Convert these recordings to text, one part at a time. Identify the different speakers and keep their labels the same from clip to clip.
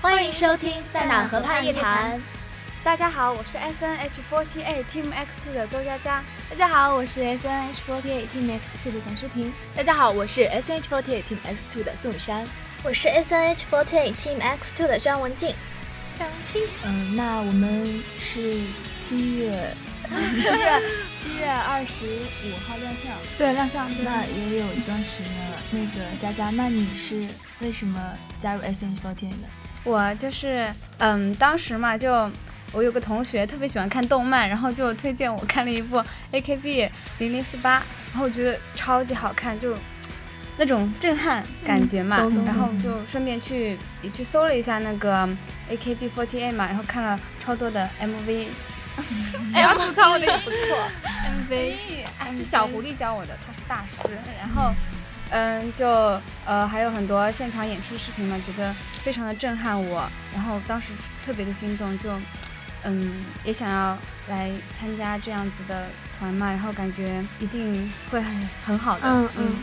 Speaker 1: 欢迎收听《塞纳河畔夜谈》。
Speaker 2: 大家好，我是 S N H 4 8 a Team X Two 的周佳佳。
Speaker 3: 大家好，我是 S N H 4 8 Team X Two 的蒋诗婷。
Speaker 4: 大家好，我是 S N H 4 8 Team X Two 的宋雨珊。
Speaker 5: 我是 S N H 4 8 Team X Two 的张文静。
Speaker 4: 嗯，那我们是七 月
Speaker 3: 七月七月二十五号亮相，
Speaker 2: 对，亮
Speaker 5: 嗯
Speaker 2: 相。
Speaker 4: 那也有一段时间了。那个佳佳，那你是为什么加入 S N H 4 8的？
Speaker 2: 我就是，嗯，当时嘛，就我有个同学特别喜欢看动漫，然后就推荐我看了一部 A K B 零零四八，然后我觉得超级好看，就那种震撼
Speaker 5: 嗯
Speaker 2: 感觉嘛。
Speaker 4: 懂懂
Speaker 2: 然后
Speaker 4: 懂
Speaker 2: 就顺便去也去搜了一下那个 A K B 4 8嘛，然后看了超多的 M V。哎，我吐槽我的
Speaker 5: 不错，
Speaker 3: MV
Speaker 2: 哎是小狐狸教我的，他是大师。然后，嗯，就呃还有很多现场演出视频嘛，觉得非常的震撼我。然后当时特别的心动，就嗯也想要来参加这样子的团嘛，然后感觉一定会很很好的。
Speaker 3: 嗯嗯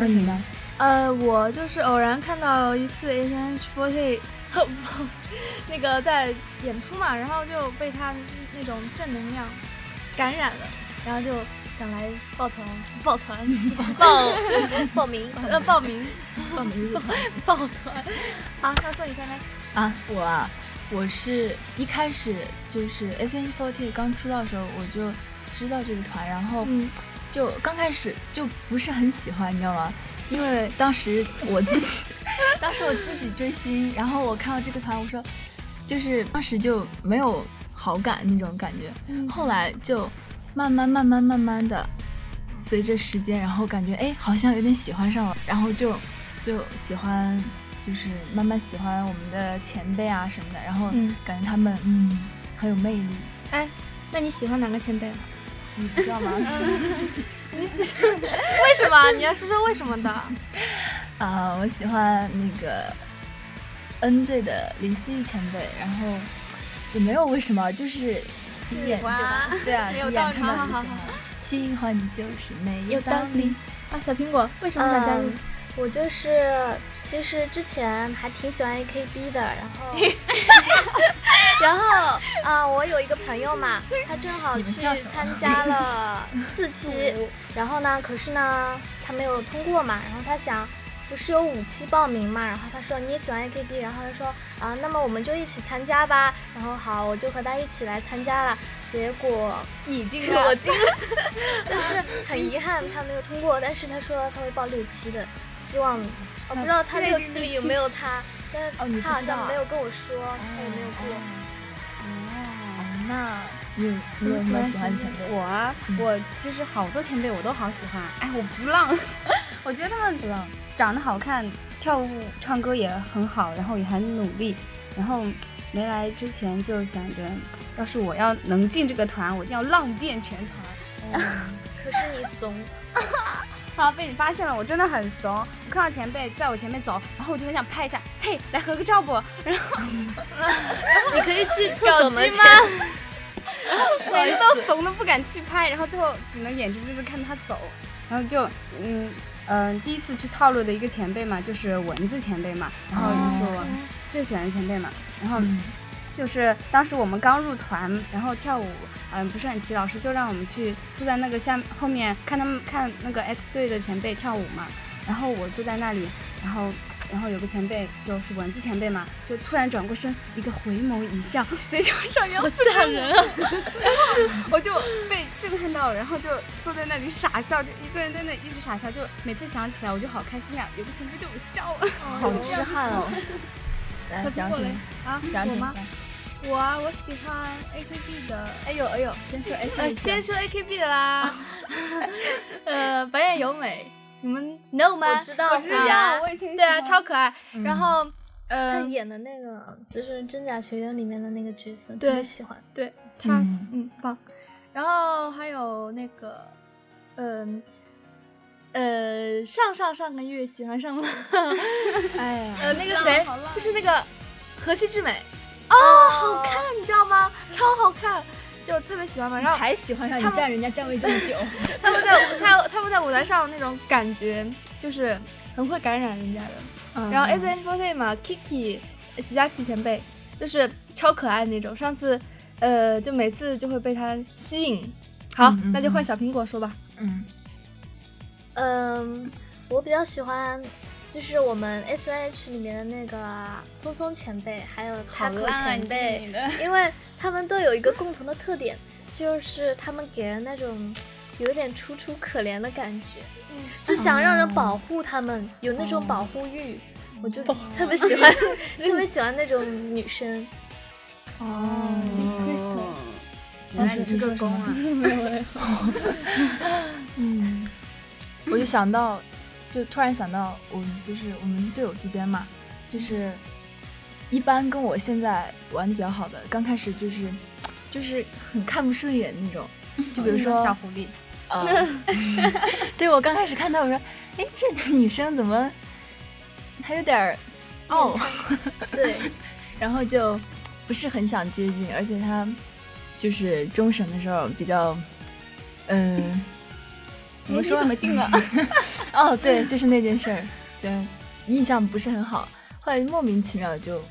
Speaker 4: 那
Speaker 2: 后
Speaker 4: 你呢？
Speaker 3: 呃，我就是偶然看到一次 S N H 4 8 那个在演出嘛，然后就被他那种正能量感染了，然后就想来抱团 抱团
Speaker 5: 报报名。
Speaker 3: 呃报名
Speaker 4: 报名入团
Speaker 3: 抱团。好，那宋雨珊来，
Speaker 4: 啊，我啊，我是一开始就是 S N H 4 8刚出道的时候，我就知道这个团，然后
Speaker 3: 嗯，
Speaker 4: 就刚开始就不是很喜欢，你知道吗？因为当时我自己，当时我自己追星，然后我看到这个团，我说，就是当时就没有好感那种感觉。后来就慢慢慢慢慢慢的，随着时间，然后感觉哎好像有点喜欢上了，然后就就喜欢，就是慢慢喜欢我们的前辈啊什么的，然后
Speaker 3: 嗯
Speaker 4: 感觉他们嗯很有魅力，
Speaker 3: 哎，那你喜欢哪个前辈？
Speaker 4: 你知道吗？
Speaker 3: 你喜为什么？你要说说为什么的？
Speaker 4: 啊、我喜欢那个 N 队的林思怡前辈，然后也没有为什么，就是第一眼
Speaker 3: 欢
Speaker 4: 对啊，
Speaker 3: 没
Speaker 4: 第
Speaker 3: 有
Speaker 4: 一
Speaker 3: 道
Speaker 4: 眼
Speaker 3: 理
Speaker 4: 看到
Speaker 3: 好
Speaker 4: 你
Speaker 3: 好
Speaker 4: 喜欢，喜欢你就是没
Speaker 3: 有
Speaker 4: 有
Speaker 3: 道
Speaker 4: 道
Speaker 3: 理
Speaker 4: 理。
Speaker 3: 啊，小苹果为什么想加入
Speaker 5: 嗯？我就是，其实之前还挺喜欢 AKB 的，然后， 然后，啊、我有一个朋友嘛，他正好
Speaker 4: 你们
Speaker 5: 去
Speaker 4: 笑什么
Speaker 5: 参加 了四期，然后呢，可是呢，他没有通过嘛，然后他想。不是有五期报名嘛，然后他说你也喜欢 AKB，然后他说啊，那么我们就一起参加吧。然后好，我就和他一起来参加了。结果
Speaker 3: 你进
Speaker 5: 我进了，但是很遗憾他没有通过。但是他说他会报六期的，希望我不知道他六期里有没有他，但
Speaker 4: 哦你
Speaker 5: 是
Speaker 4: 不
Speaker 5: 他好
Speaker 4: 知道啊
Speaker 5: 像没有跟我说他有没有过。
Speaker 4: 哦，那你有你有什么喜欢前辈？
Speaker 2: 我啊
Speaker 4: 嗯
Speaker 2: 我其实好多前辈我都好喜欢，哎，我不浪， 我觉得他们
Speaker 4: 不浪，
Speaker 2: 长得好看，跳舞唱歌也很好，然后也很努力，然后没来之前就想着，要是我要能进这个团，我一定要浪遍全团。
Speaker 5: 可是你怂，
Speaker 2: 然后啊被你发现了，我真的很怂。我看到前辈在我前面走，然后我就很想拍一下，嘿，来合个照不？
Speaker 5: 你可以去厕所门前。
Speaker 2: 每次都怂的不敢去拍，然后最后只能眼睁睁的看他走，然后就嗯嗯、第一次去套路的一个前辈嘛，就是蚊子前辈嘛，然后也是我最喜欢的前辈嘛，然后
Speaker 4: 嗯，
Speaker 2: 就是当时我们刚入团，然后跳舞，嗯、不是很齐，老师就让我们去坐在那个下后面看他们看那个 X 队的前辈跳舞嘛，然后我坐在那里，然后。然后有个前辈就是蚊子前辈嘛，就突然转过身，一个回眸一笑， 嘴角上扬，
Speaker 3: 吓人啊！
Speaker 2: 我就被震撼到了，然后就坐在那里傻笑，就一个人在那里一直傻笑，就每次想起来我就好开心啊，有个前辈对我笑了。
Speaker 4: 好痴汉 哦。来，讲
Speaker 3: 过来
Speaker 4: 听，
Speaker 3: 啊，
Speaker 4: 讲
Speaker 3: 我
Speaker 4: 听
Speaker 3: 吗？。我啊，我喜欢 AKB 的，
Speaker 4: 哎呦哎呦，先说 S
Speaker 3: 呃，先说 AKB 的啦，呃，白夜由美，你们 know 吗？
Speaker 5: 我知道虎牙
Speaker 2: 啊，，我以前
Speaker 3: 对啊，超可爱。
Speaker 4: 嗯
Speaker 3: 然后，
Speaker 5: 他
Speaker 3: 呃，
Speaker 5: 演的那个就是《真假学院》里面的那个角色，
Speaker 3: 对
Speaker 5: 特别喜欢。
Speaker 3: 对他，
Speaker 4: 嗯
Speaker 3: 嗯，棒。然后还有那个，嗯、呃，上上上个月喜欢上了，
Speaker 4: 哎呀，
Speaker 3: 呃，那个谁，就是那个河西之美，
Speaker 5: 哦，
Speaker 3: 好看，你知道吗？超好看，就特别喜欢嘛。然后
Speaker 4: 才喜欢上
Speaker 3: 他
Speaker 4: 你
Speaker 3: 们
Speaker 4: 站人家站位这么 久，
Speaker 3: 他们在舞他他们在舞台上那种嗯
Speaker 4: 嗯
Speaker 3: 感觉，就是很会感染人家的。然后 S N 4 8嘛，Kiki，呃徐佳琪前辈，就是超可爱那种。上次，呃，就每次就会被她吸引。好，
Speaker 4: 嗯嗯
Speaker 3: 那就换
Speaker 4: 嗯
Speaker 3: 小苹果说吧。
Speaker 4: 嗯，
Speaker 5: 嗯，我比较喜欢就是我们 S N H 里面的那个聪聪前辈，还有
Speaker 2: 好
Speaker 5: 塔可
Speaker 2: 烂啊
Speaker 5: 前
Speaker 2: 你
Speaker 5: 辈，
Speaker 2: 你的
Speaker 5: 因为他们都有一个共同的特点，就是他们给人那种有一点楚楚可怜的感觉，
Speaker 4: 嗯
Speaker 5: 就想让人保护他们，有那种保护欲。
Speaker 4: 哦
Speaker 5: 我就特别喜 欢，特别喜欢那种女生。
Speaker 2: 嗯
Speaker 4: 哦
Speaker 2: 原来你是个公啊！
Speaker 4: 嗯， 我就想到，就突然想到，我们就是我们队友之间嘛，就是一般跟我现在玩的比较好的，刚开始就是就是很看不顺眼那种， 就比如说
Speaker 2: 小狐狸，
Speaker 4: 呃，对我刚开始看到我说，哎，这个女生怎么还有点儿哦，
Speaker 5: 对，
Speaker 4: 然后就不是很想接近，而且她就是终审的时候比较， 嗯、怎么说？
Speaker 2: 哎怎么进了？
Speaker 4: 哦，对，就是那件事儿，就印象不是很好，后来莫名其妙就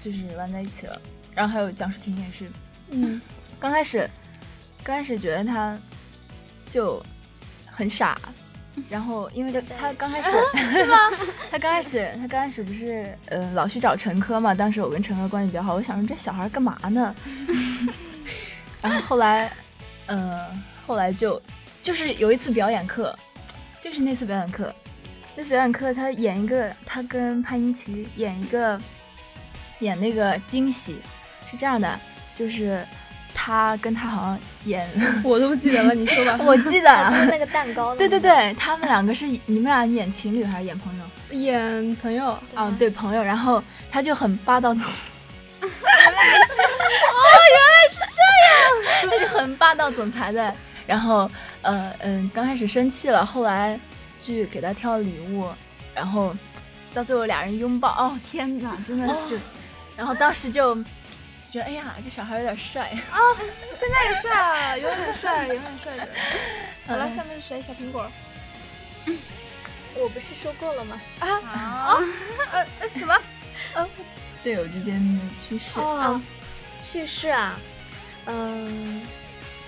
Speaker 4: 就是玩在一起了。然后还有蒋舒婷也是，
Speaker 3: 嗯，
Speaker 4: 刚开始刚开始觉得她就很傻，然后因为
Speaker 5: 现
Speaker 4: 她
Speaker 5: 在
Speaker 4: 她刚开始是 吗？她刚开始她刚开始不是呃老去找陈科嘛，当时我跟陈科关系比较好，我想说这小孩儿干嘛呢？ 然后后来呃后来就就是有一次表演课，就是那次表演课，那次表演课他演一个，他跟潘英奇演一个，演那个惊喜，是这样的，就是他跟他好像演，
Speaker 3: 我都不记得了，你说吧。
Speaker 4: 我记
Speaker 5: 啊就
Speaker 4: 得，
Speaker 5: 是那个蛋糕。
Speaker 4: 对对，对，他们两个是你们俩演情侣还是演朋友？
Speaker 3: 演朋友，
Speaker 4: 啊，对朋友，然后他就很霸道总，哦原来是哦，原来是这样， 他就很霸道总裁的。然后，呃嗯，刚开始生气了，后来去给他挑礼物，然后到最后俩人拥抱，哦天哪，真的是， 然后当时就就觉得哎呀，这小孩有点帅，
Speaker 3: 现在也帅啊，永远帅，永远 帅着。好了，
Speaker 4: 嗯
Speaker 3: 下面是谁？小苹果。
Speaker 5: 我不是说过了吗？
Speaker 2: 哦啊
Speaker 3: 呃，呃什么？
Speaker 4: 队友之间的趋势，
Speaker 3: 哦，
Speaker 5: 趣事啊，嗯，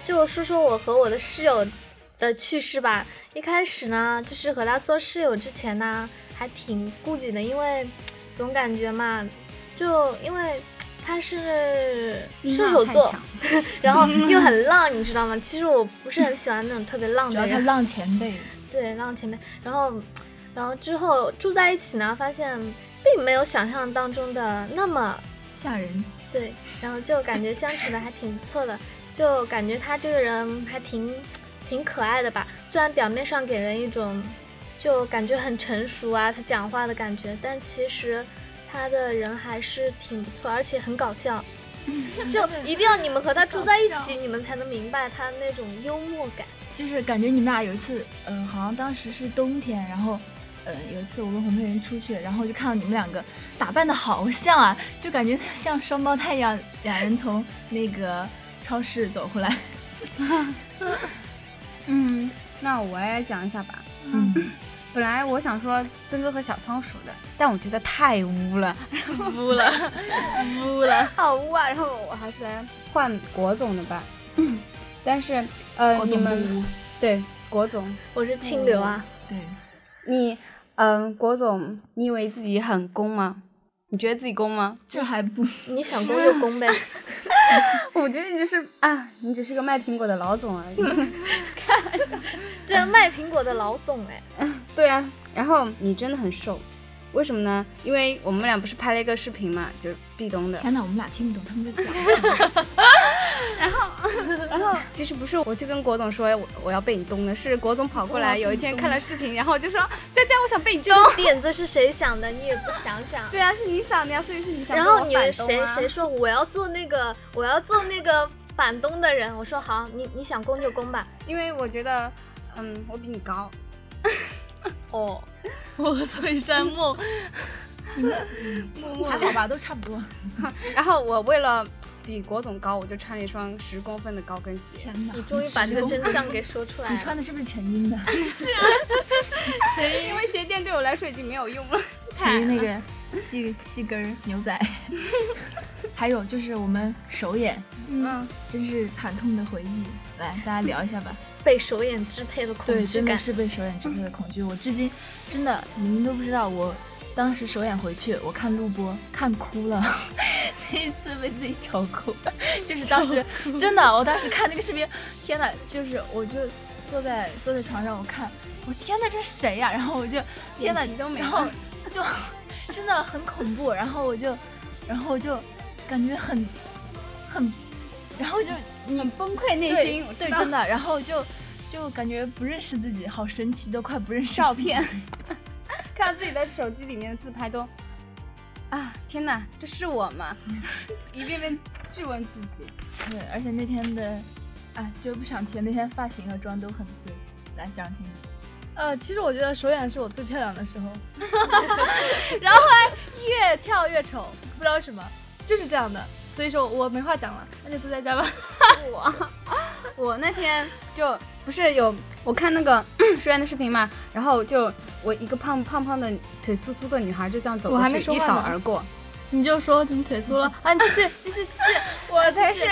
Speaker 5: 就说说我和我的室友的趣事吧。一开始呢，就是和他做室友之前呢，还挺顾忌的，因为总感觉嘛，就因为他是射手座，然后又很浪，你知道吗？其实我不是很喜欢那种特别浪
Speaker 4: 主
Speaker 5: 的
Speaker 4: 要他
Speaker 5: 人，
Speaker 4: 浪前辈，
Speaker 5: 对，浪前面。然后，然后之后住在一起呢，发现并没有想象当中的那么
Speaker 4: 吓人，
Speaker 5: 对，然后就感觉相处的还挺不错的，就感觉他这个人还挺挺可爱的吧。虽然表面上给人一种就感觉很成熟啊，他讲话的感觉，但其实他的人还是挺不错，而且很搞 笑。就一定要你们和他住在一起，你们才能明白他那种幽默感。
Speaker 4: 就是感觉你们俩有一次，嗯、好像当时是冬天，然后，嗯、有一次我跟红佩人出去，然后就看到你们两个打扮的好像啊，就感觉 像双胞胎一样，俩人从那个超市走回来。
Speaker 2: 嗯，那我也讲一下吧。
Speaker 4: 嗯，
Speaker 2: 本来我想说曾哥和小仓鼠的，但我觉得太污了，
Speaker 3: 污了，污了。
Speaker 2: 好污啊！然后我还是来换国总的吧。 但是，呃，
Speaker 4: 我
Speaker 2: 你
Speaker 4: 总不
Speaker 2: 们
Speaker 4: 污
Speaker 2: 对国总，
Speaker 5: 我是清流啊，
Speaker 4: 对，
Speaker 2: 你嗯、国总，你以为自己很攻吗？你觉得自己攻吗？
Speaker 4: 这还 不
Speaker 5: 嗯你想攻就 攻呗。
Speaker 2: 我觉得你就是啊，你只是个卖苹果的老总而已。
Speaker 5: 对啊，卖苹果的老总哎，
Speaker 2: 对啊，然后你真的很瘦，为什么呢？因为我们俩不是拍了一个视频嘛，就是壁咚 的。
Speaker 4: 天哪，我们俩听不懂他们在讲什么。
Speaker 2: 其实不是我去跟国总说哎我我要被你咚的，是国总跑过来，有一天看了视频，然后就说佳佳，我想被你咚。
Speaker 5: 点子是谁想的？你也不想想。
Speaker 2: 对啊，是你想的呀，所以是你想
Speaker 5: 然
Speaker 2: 跟我
Speaker 5: 后你
Speaker 2: 反咚
Speaker 5: 谁
Speaker 2: 啊
Speaker 5: 谁说我要做那个我要做那个反东的人？我说好，你你想攻就攻吧。
Speaker 2: 因为我觉得，嗯，我比你高。
Speaker 5: 哦，
Speaker 3: 我所 以山梦，
Speaker 4: 嗯还好吧，都差不多。
Speaker 2: 然后我为了比国总高，我就穿了一双十公分的高跟鞋。
Speaker 4: 天哪，
Speaker 5: 你终于把这个真相给说出来
Speaker 4: 你
Speaker 5: 了。
Speaker 4: 穿的是不是陈茵的？
Speaker 2: 因为鞋垫对我来说已经没有用了。
Speaker 4: 属于那个细细跟儿牛仔。还有就是我们首演，
Speaker 2: 嗯，
Speaker 4: 真是惨痛的回忆。来，大家聊一下吧。
Speaker 5: 被首演支配的恐
Speaker 4: 对，
Speaker 5: 惧
Speaker 4: 真的
Speaker 5: 感。
Speaker 4: 是被首演支配的恐惧。我至今真的，你们都不知道，我当时首演回去，我看录播看哭了， 第一次被自己愁哭，就是当时真的，我当时看那个视频，天呐，就是我就坐在坐在床上，我看，我说天呐，这是谁呀、然后我就天呐
Speaker 2: 眼皮，都没
Speaker 4: 然后
Speaker 2: 了
Speaker 4: 就真的很恐怖，然后我就，然后我就感觉很很，然后就
Speaker 2: 很崩溃内
Speaker 4: 对
Speaker 2: 心，我
Speaker 4: 对
Speaker 2: 知道
Speaker 4: 真的，然后就就感觉不认识自己，好神奇，都快不认识
Speaker 2: 照
Speaker 4: 自己
Speaker 2: 片，看到自己的手机里面的自拍都，啊，天哪，这是我吗？一遍遍质问自己。
Speaker 4: 对，而且那天的，哎，就不想提那天发型和妆都很醉。来，讲听。
Speaker 3: 呃，其实我觉得首演是我最漂亮的时 候，然后后来越跳越丑，不知道为什么，就是这样的。所以说我没话讲了，那就坐在家吧。
Speaker 2: 我那天就不是有我看那个 舒然的视频嘛，然后就我一个胖胖胖的腿粗粗的女孩就这样走
Speaker 3: 我还
Speaker 2: 过去，
Speaker 3: 没说
Speaker 2: 一
Speaker 3: 话
Speaker 2: 扫
Speaker 3: 呢
Speaker 2: 而过。
Speaker 3: 你就说你腿粗了啊，你继续继续继续，
Speaker 2: 我才是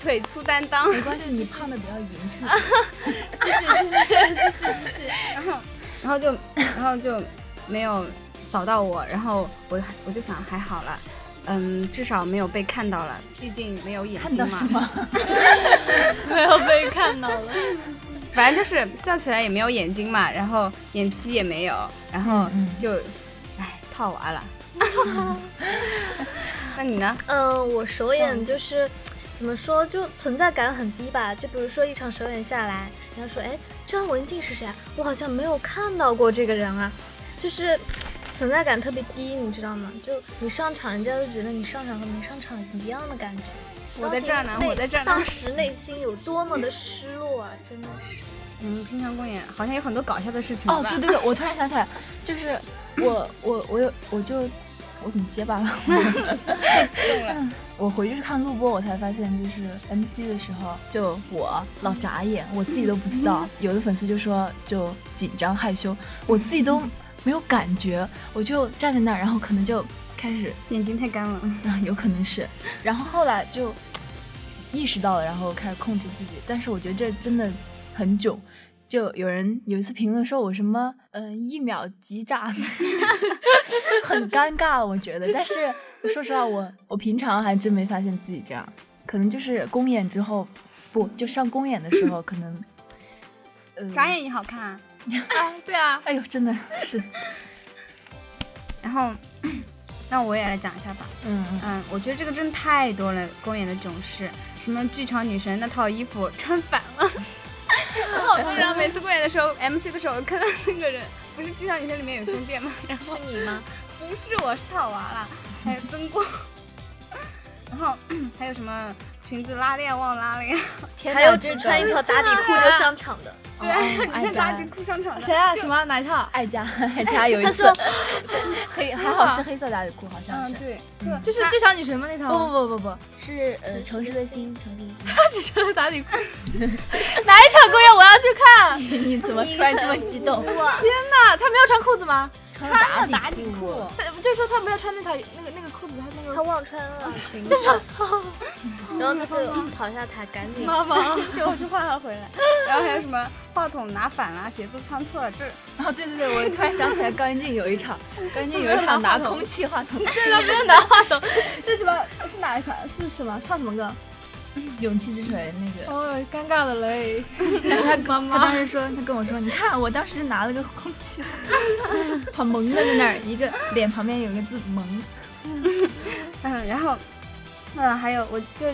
Speaker 2: 腿粗担当。
Speaker 4: 没关系，你胖的不要匀称。
Speaker 2: 啊
Speaker 3: 继续继续继续继续。
Speaker 2: 然后， 然后就，然后就没有扫到我，然后我我就想还好了，嗯，至少没有被看到了，毕竟没有眼
Speaker 4: 看
Speaker 2: 睛
Speaker 4: 到什
Speaker 2: 嘛，
Speaker 4: 么？
Speaker 3: 没有被看 到了。
Speaker 2: 反正就是笑起来也没有眼睛嘛，然后眼皮也没有，然后
Speaker 4: 嗯嗯
Speaker 2: 就，唉，套娃 了。那你呢？
Speaker 5: 嗯，我首演就是怎么说，就存在感很低吧。就比如说一场首演下来，你要说，哎，张文静是谁啊？我好像没有看到过这个人啊，就是存在感特别低，你知道吗？就你上场，人家就觉得你上场和没上场一样的感觉。
Speaker 2: 我在这儿呢
Speaker 5: 当时内
Speaker 2: 我在这儿呢
Speaker 5: 当时内心有多么的失落啊！真的是，
Speaker 2: 嗯，平常公演好像有很多搞笑的事情
Speaker 4: 哦，
Speaker 2: 吧
Speaker 4: 对对对，我突然想起来，就是我我我有我就我怎么结巴了？ 我回去看录播，我才发现，就是 MC 的时候，就我老眨眼，我自己都不知道。有的粉丝就说就紧张害羞，我自己都没有感觉，我就站在那儿，然后可能就开始，
Speaker 2: 眼睛太干了。
Speaker 4: 啊，有可能是，然后后来就意识到了，然后开始控制自己。但是我觉得这真的很囧。就有人有一次评论说我什么，嗯、一秒急炸， 很尴尬，我觉得。但是我说实话，我我平常还真没发现自己这样，可能就是公演之后，不就上公演的时候，可能，呃，
Speaker 2: 眨，眼也好看、啊。
Speaker 3: 哎，对啊，
Speaker 4: 哎呦，真的是，
Speaker 2: 然后， 那我也来讲一下吧。
Speaker 4: 嗯嗯，
Speaker 2: 嗯，我觉得这个真太多了，公演的囧事，什么剧场女神那套衣服穿反了， 然后然啊后每次公演的时候，MC 的时候看到那个人，不是剧场女神里面有胸垫吗？ 然后
Speaker 5: 是你吗？
Speaker 2: 不是我是套娃啦，还有曾国，然后 还有什么裙子拉链忘拉链，
Speaker 4: 天
Speaker 5: 还有
Speaker 4: 哪
Speaker 5: 只
Speaker 4: 这
Speaker 5: 穿一
Speaker 4: 种
Speaker 5: 条打底裤
Speaker 2: 啊
Speaker 5: 就上场的，
Speaker 2: 对，
Speaker 4: 哦
Speaker 2: 你
Speaker 4: 哎
Speaker 2: 看
Speaker 4: 咱
Speaker 2: 大家裤上场的
Speaker 3: 谁啊？什么哪一套？
Speaker 4: 爱家， 爱
Speaker 2: 哎
Speaker 4: 家有一
Speaker 5: 他
Speaker 4: 次，
Speaker 5: 说
Speaker 4: 黑还好是黑色打底裤，好像
Speaker 2: 嗯，
Speaker 4: 是。
Speaker 2: 对，
Speaker 4: 嗯
Speaker 2: 就
Speaker 3: 就是
Speaker 2: 就
Speaker 3: 剧场女神吗？那
Speaker 4: 不
Speaker 3: 套吗？
Speaker 4: 不不不 不，是呃城
Speaker 5: 城市
Speaker 4: 市
Speaker 5: 的
Speaker 4: 的
Speaker 5: 心
Speaker 4: 心，城市的心。
Speaker 3: 剧场打底裤。哪一场公演我要去 看？
Speaker 4: 你怎么突然这么激动？
Speaker 5: 哇，
Speaker 3: 那他没有穿裤子吗？
Speaker 4: 穿
Speaker 2: 穿了打
Speaker 4: 打
Speaker 2: 底
Speaker 4: 底
Speaker 2: 裤。
Speaker 4: 裤，
Speaker 3: 他就是说他没有穿那条那个那个裤子，他那
Speaker 5: 他
Speaker 3: 个
Speaker 5: 忘 穿了裙子，然后他就跑下台，赶紧
Speaker 3: 妈 妈。
Speaker 2: 就我去换了回来，然后还有什么话筒拿反了，鞋子穿错了，这
Speaker 4: 哦对对对，我突然想起来高圆静有一 场，高圆静有一场拿空气话 筒，
Speaker 3: 这什么？是哪一场？是什么？唱什么歌？
Speaker 4: 勇气之锤那个。
Speaker 3: 哦，尴尬的嘞。妈
Speaker 4: 他当
Speaker 3: 妈，
Speaker 4: 时说，他跟我说，你看我当时拿了个空气话筒，好萌的在那儿，一个脸旁边有一个字萌。
Speaker 2: 嗯，然后，嗯，还有我就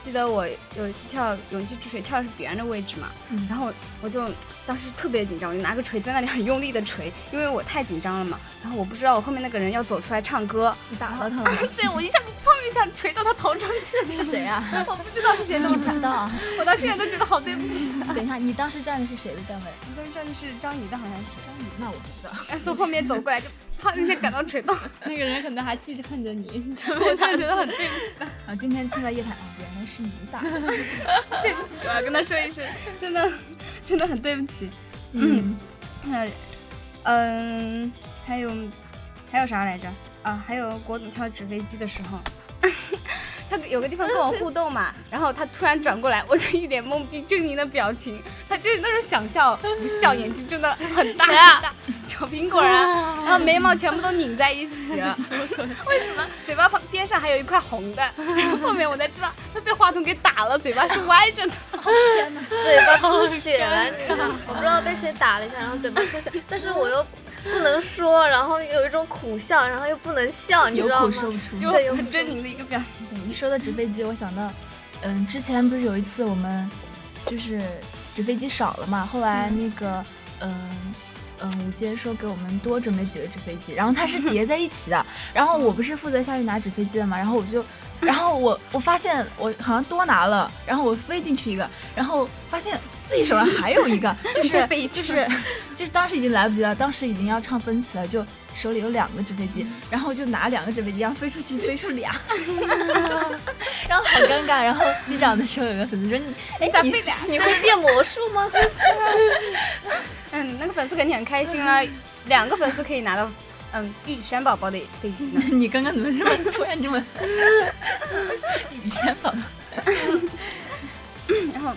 Speaker 2: 记得我有一次跳勇气之水跳的是别人的位置嘛，
Speaker 4: 嗯
Speaker 2: 然后我就当时特别紧张，我就拿个锤在那里很用力的锤，因为我太紧张了嘛。然后我不知道我后面那个人要走出来唱歌，
Speaker 4: 你打到他了吗？
Speaker 2: 对我一下砰一下锤到他头上去了，
Speaker 4: 是谁啊？
Speaker 2: 我不知道是谁
Speaker 4: 你
Speaker 2: 弄
Speaker 4: 不知
Speaker 2: 的，
Speaker 4: 道啊？
Speaker 2: 我到现在都觉得好对不起。
Speaker 4: 等一下，你当时站的是谁的站位？
Speaker 2: 当时站的是张宇的，好像是张宇，
Speaker 4: 那我不知道。
Speaker 2: 然后从后面走过来就砰一下感到锤到，
Speaker 3: 那个人可能还记着恨着你，
Speaker 2: 我就觉得很对不起。
Speaker 4: 啊，今天听到夜谈，啊原来是你打的。
Speaker 2: 对不起，我啊要跟他说一声，真的，真的很对不起。嗯
Speaker 4: 嗯，
Speaker 2: 那嗯，还有还有啥来着？啊，还有郭董超纸飞机的时候， 他有个地方跟我互动嘛，然后他突然转过来，我就一脸懵逼狰狞的表情，他就是那种想笑不笑，眼睛睁得很大很大，小苹果啊， 然后眉毛全部都拧在一起 了，为什么？嘴巴旁边上还有一块红的，后面我才知道他被话筒给打了，嘴巴是歪 着的。
Speaker 5: 嘴巴出血了，你知道吗我不知道被谁打了一下，然后嘴巴出血， 但是我又不能说，然后有一种苦笑，然后又不能笑，你
Speaker 4: 有
Speaker 5: 知道
Speaker 4: 苦
Speaker 5: 吗？
Speaker 4: 受出。
Speaker 2: 就
Speaker 5: 对有
Speaker 2: 很狰狞的一个表情。
Speaker 4: 你说的纸飞机，我想到，嗯，之前不是有一次我们就是纸飞机少了嘛，后来那个，嗯嗯，吴杰说给我们多准备几个纸飞机，然后它是叠在一起的， 然后
Speaker 2: 嗯
Speaker 4: 我不是负责下去拿纸飞机的嘛，然后我就。然后我我发现我好像多拿了，然后我飞进去一个，然后发现自己手上还有 一个，就
Speaker 2: 再
Speaker 4: 是
Speaker 2: 飞一次
Speaker 4: 就是就是当时已经来不及了，当时已经要唱分词了，就手里有两个纸飞
Speaker 2: 嗯
Speaker 4: 机， 然后我就拿两个纸飞机，然后飞出去飞出 俩， 然后好尴尬。然后机长的时候有个粉丝说你，哎
Speaker 2: 咋
Speaker 4: 你
Speaker 2: 飞俩？
Speaker 5: 你会变魔术吗？
Speaker 2: 嗯，那个粉丝肯定很开心啦，两个粉丝可以拿到嗯玉山宝宝的飞机 呢。
Speaker 4: 你刚刚怎么这么突然这么雨天宝宝？
Speaker 2: 然后，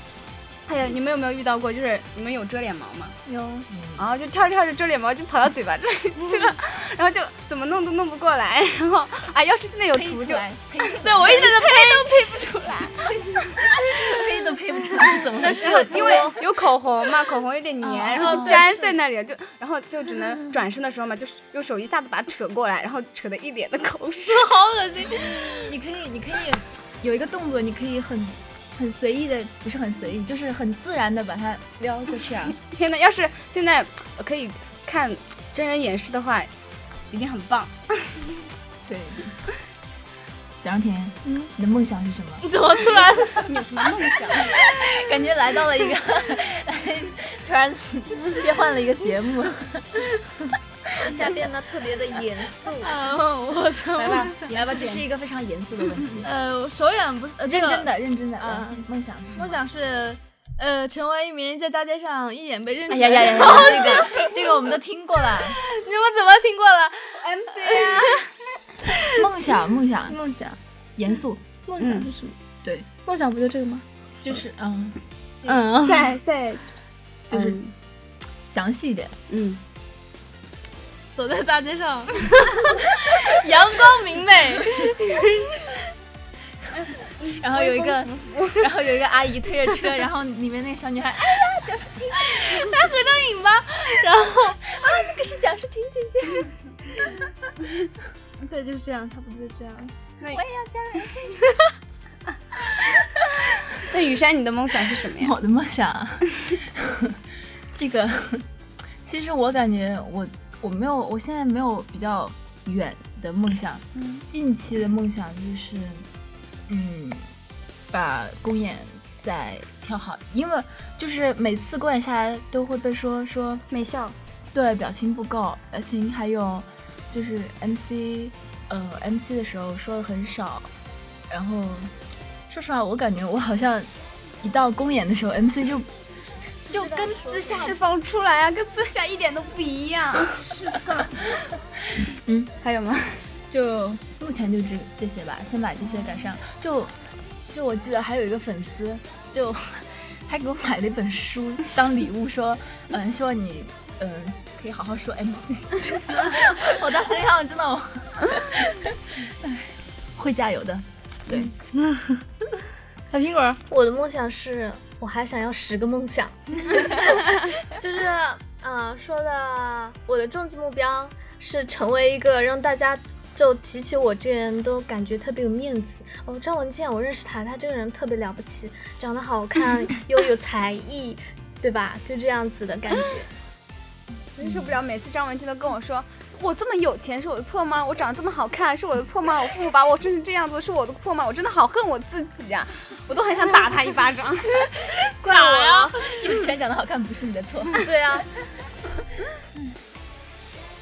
Speaker 2: 哎呀，你们有没有遇到过？就是你们有遮脸毛吗？
Speaker 3: 有
Speaker 2: 然后就跳着跳着遮脸毛就跑到嘴巴这里去了， 然后就怎么弄都弄不过来。然后啊，要是现在有
Speaker 4: 呸
Speaker 2: 图
Speaker 4: 出
Speaker 2: 就
Speaker 4: 来，呸出
Speaker 2: 对我一直在呸都呸不出来。
Speaker 4: 呸都呸不出来，怎么回
Speaker 5: 但
Speaker 4: 事？
Speaker 5: 是有
Speaker 2: 因为有哦口红嘛，口红有点粘，然后就粘在那里了，就然后就只能转身的时候嘛，就是用手一下子把它扯过来，然后扯的一脸的口水，好恶心。
Speaker 4: 你可以，你可以有一个动作，你可以很很随意的，不是很随意，就是很自然的把它撩过去啊。
Speaker 2: 天哪，要是现在我可以看真人演示的话，已经很 棒。
Speaker 4: 对，蒋长田，你的梦想是什么？
Speaker 2: 怎么突然？你有什么梦想？
Speaker 4: 感觉来到了一个， 突然切换了一个节 目。
Speaker 5: 一下变得特别的严肃。
Speaker 3: 呃，我 的
Speaker 4: 来吧，来吧，
Speaker 2: 这
Speaker 4: 这
Speaker 2: 是
Speaker 4: 是一个非常严肃的问 题。
Speaker 3: 呃，我首演不是、呃、
Speaker 4: 认真
Speaker 3: 的，
Speaker 4: 的，认真的，
Speaker 3: 嗯
Speaker 4: 嗯梦想是什么
Speaker 3: 我想是呃，成为一名在大街上一眼被认识
Speaker 4: 哎
Speaker 3: 的
Speaker 4: 呀呀呀
Speaker 3: 人。
Speaker 4: 呀！这个这个我们都听过了。
Speaker 3: 你们怎么听过了？
Speaker 4: 梦想，梦想，
Speaker 3: 梦想，
Speaker 4: 严肃，
Speaker 3: 梦
Speaker 2: 想
Speaker 3: 是什么？
Speaker 4: 对，
Speaker 3: 梦想不就这个吗？
Speaker 4: 就是嗯，
Speaker 3: 嗯，
Speaker 2: 在在，
Speaker 4: 就是详细一点。
Speaker 2: 嗯，
Speaker 3: 走在大街上， 阳光明媚，
Speaker 4: 然后有一个， 然后有一个阿姨推着车，然后里面那个小女孩，哎呀，蒋诗婷，打合张影吧。然后啊，那个是蒋诗婷姐姐，
Speaker 3: 对，就是这样，差不多就这样。
Speaker 2: 那
Speaker 4: 我也要加入。
Speaker 2: 那雨山，你的梦想是什么呀？
Speaker 4: 我的梦想啊， 这个其实我感觉我我没有，我现在没有比较远的梦想，近期的梦想就是，嗯，把公演再跳好，因为就是每次公演下来都会被说说
Speaker 2: 美笑，
Speaker 4: 对表情不够，表情还有就是 MC，呃 MC 的时候说的很少，然后说实话，我感觉我好像一到公演的时候，MC 就 就跟私下
Speaker 2: 释放出来啊，跟私下一点都不一 样。释放。
Speaker 4: 嗯，
Speaker 2: 还有吗？
Speaker 4: 就目前就这这些吧，先把这些改善。就就我记得还有一个粉丝就还给我买了一本书当礼物，说嗯希望你嗯可以好好说 MC。我当时一看，真的我， 唉会加油的。对，
Speaker 3: 小苹果，
Speaker 5: 我的梦想是，我还想要十个梦 想，就是嗯、呃说的我的终极目标是成为一个让大家就提起我这人都感觉特别有面子哦。张文健，我认识他，他这个人特别了不起，长得好 看又有才艺，对吧？就这样子的感觉。
Speaker 2: 真受不了，每次张文静都跟我说。我这么有钱是我的错吗？我长得这么好看是我的错吗？我父母把我生成这样子是我的错吗？我真的好恨我自己啊！我都很想打他一巴 掌。
Speaker 5: 怪我
Speaker 2: 啊
Speaker 5: 呀？
Speaker 4: 有钱长得好看不是你的错。
Speaker 5: 对啊，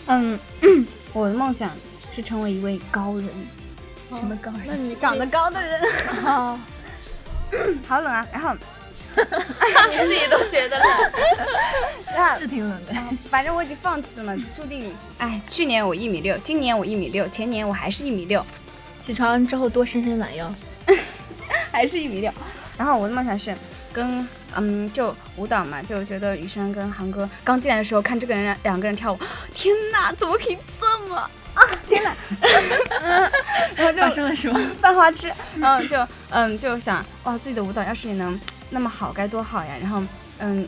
Speaker 2: 嗯， 我的梦想是成为一位高人，哦
Speaker 4: 什么高人？
Speaker 2: 长得高的人。好冷啊！然后
Speaker 5: 你自己都觉得冷。
Speaker 2: 那
Speaker 4: 是挺冷的。
Speaker 2: 反正我已经放弃了嘛，注定。哎，去年我一米六，今年我一米六，前年我还是一米六，
Speaker 4: 起床之后多伸伸懒腰，
Speaker 2: 还是一米六。然后我的梦想是跟嗯，就舞蹈嘛，就觉得雨山跟韩哥刚进来的时候，看这个人两个人跳舞， 天哪，怎么可以这么啊？天哪！嗯，
Speaker 4: 发
Speaker 2: 然后就
Speaker 4: 生了什么？
Speaker 2: 犯花痴，然后就 嗯就想哇，自己的舞蹈要是也能那么好该多好呀。然后嗯，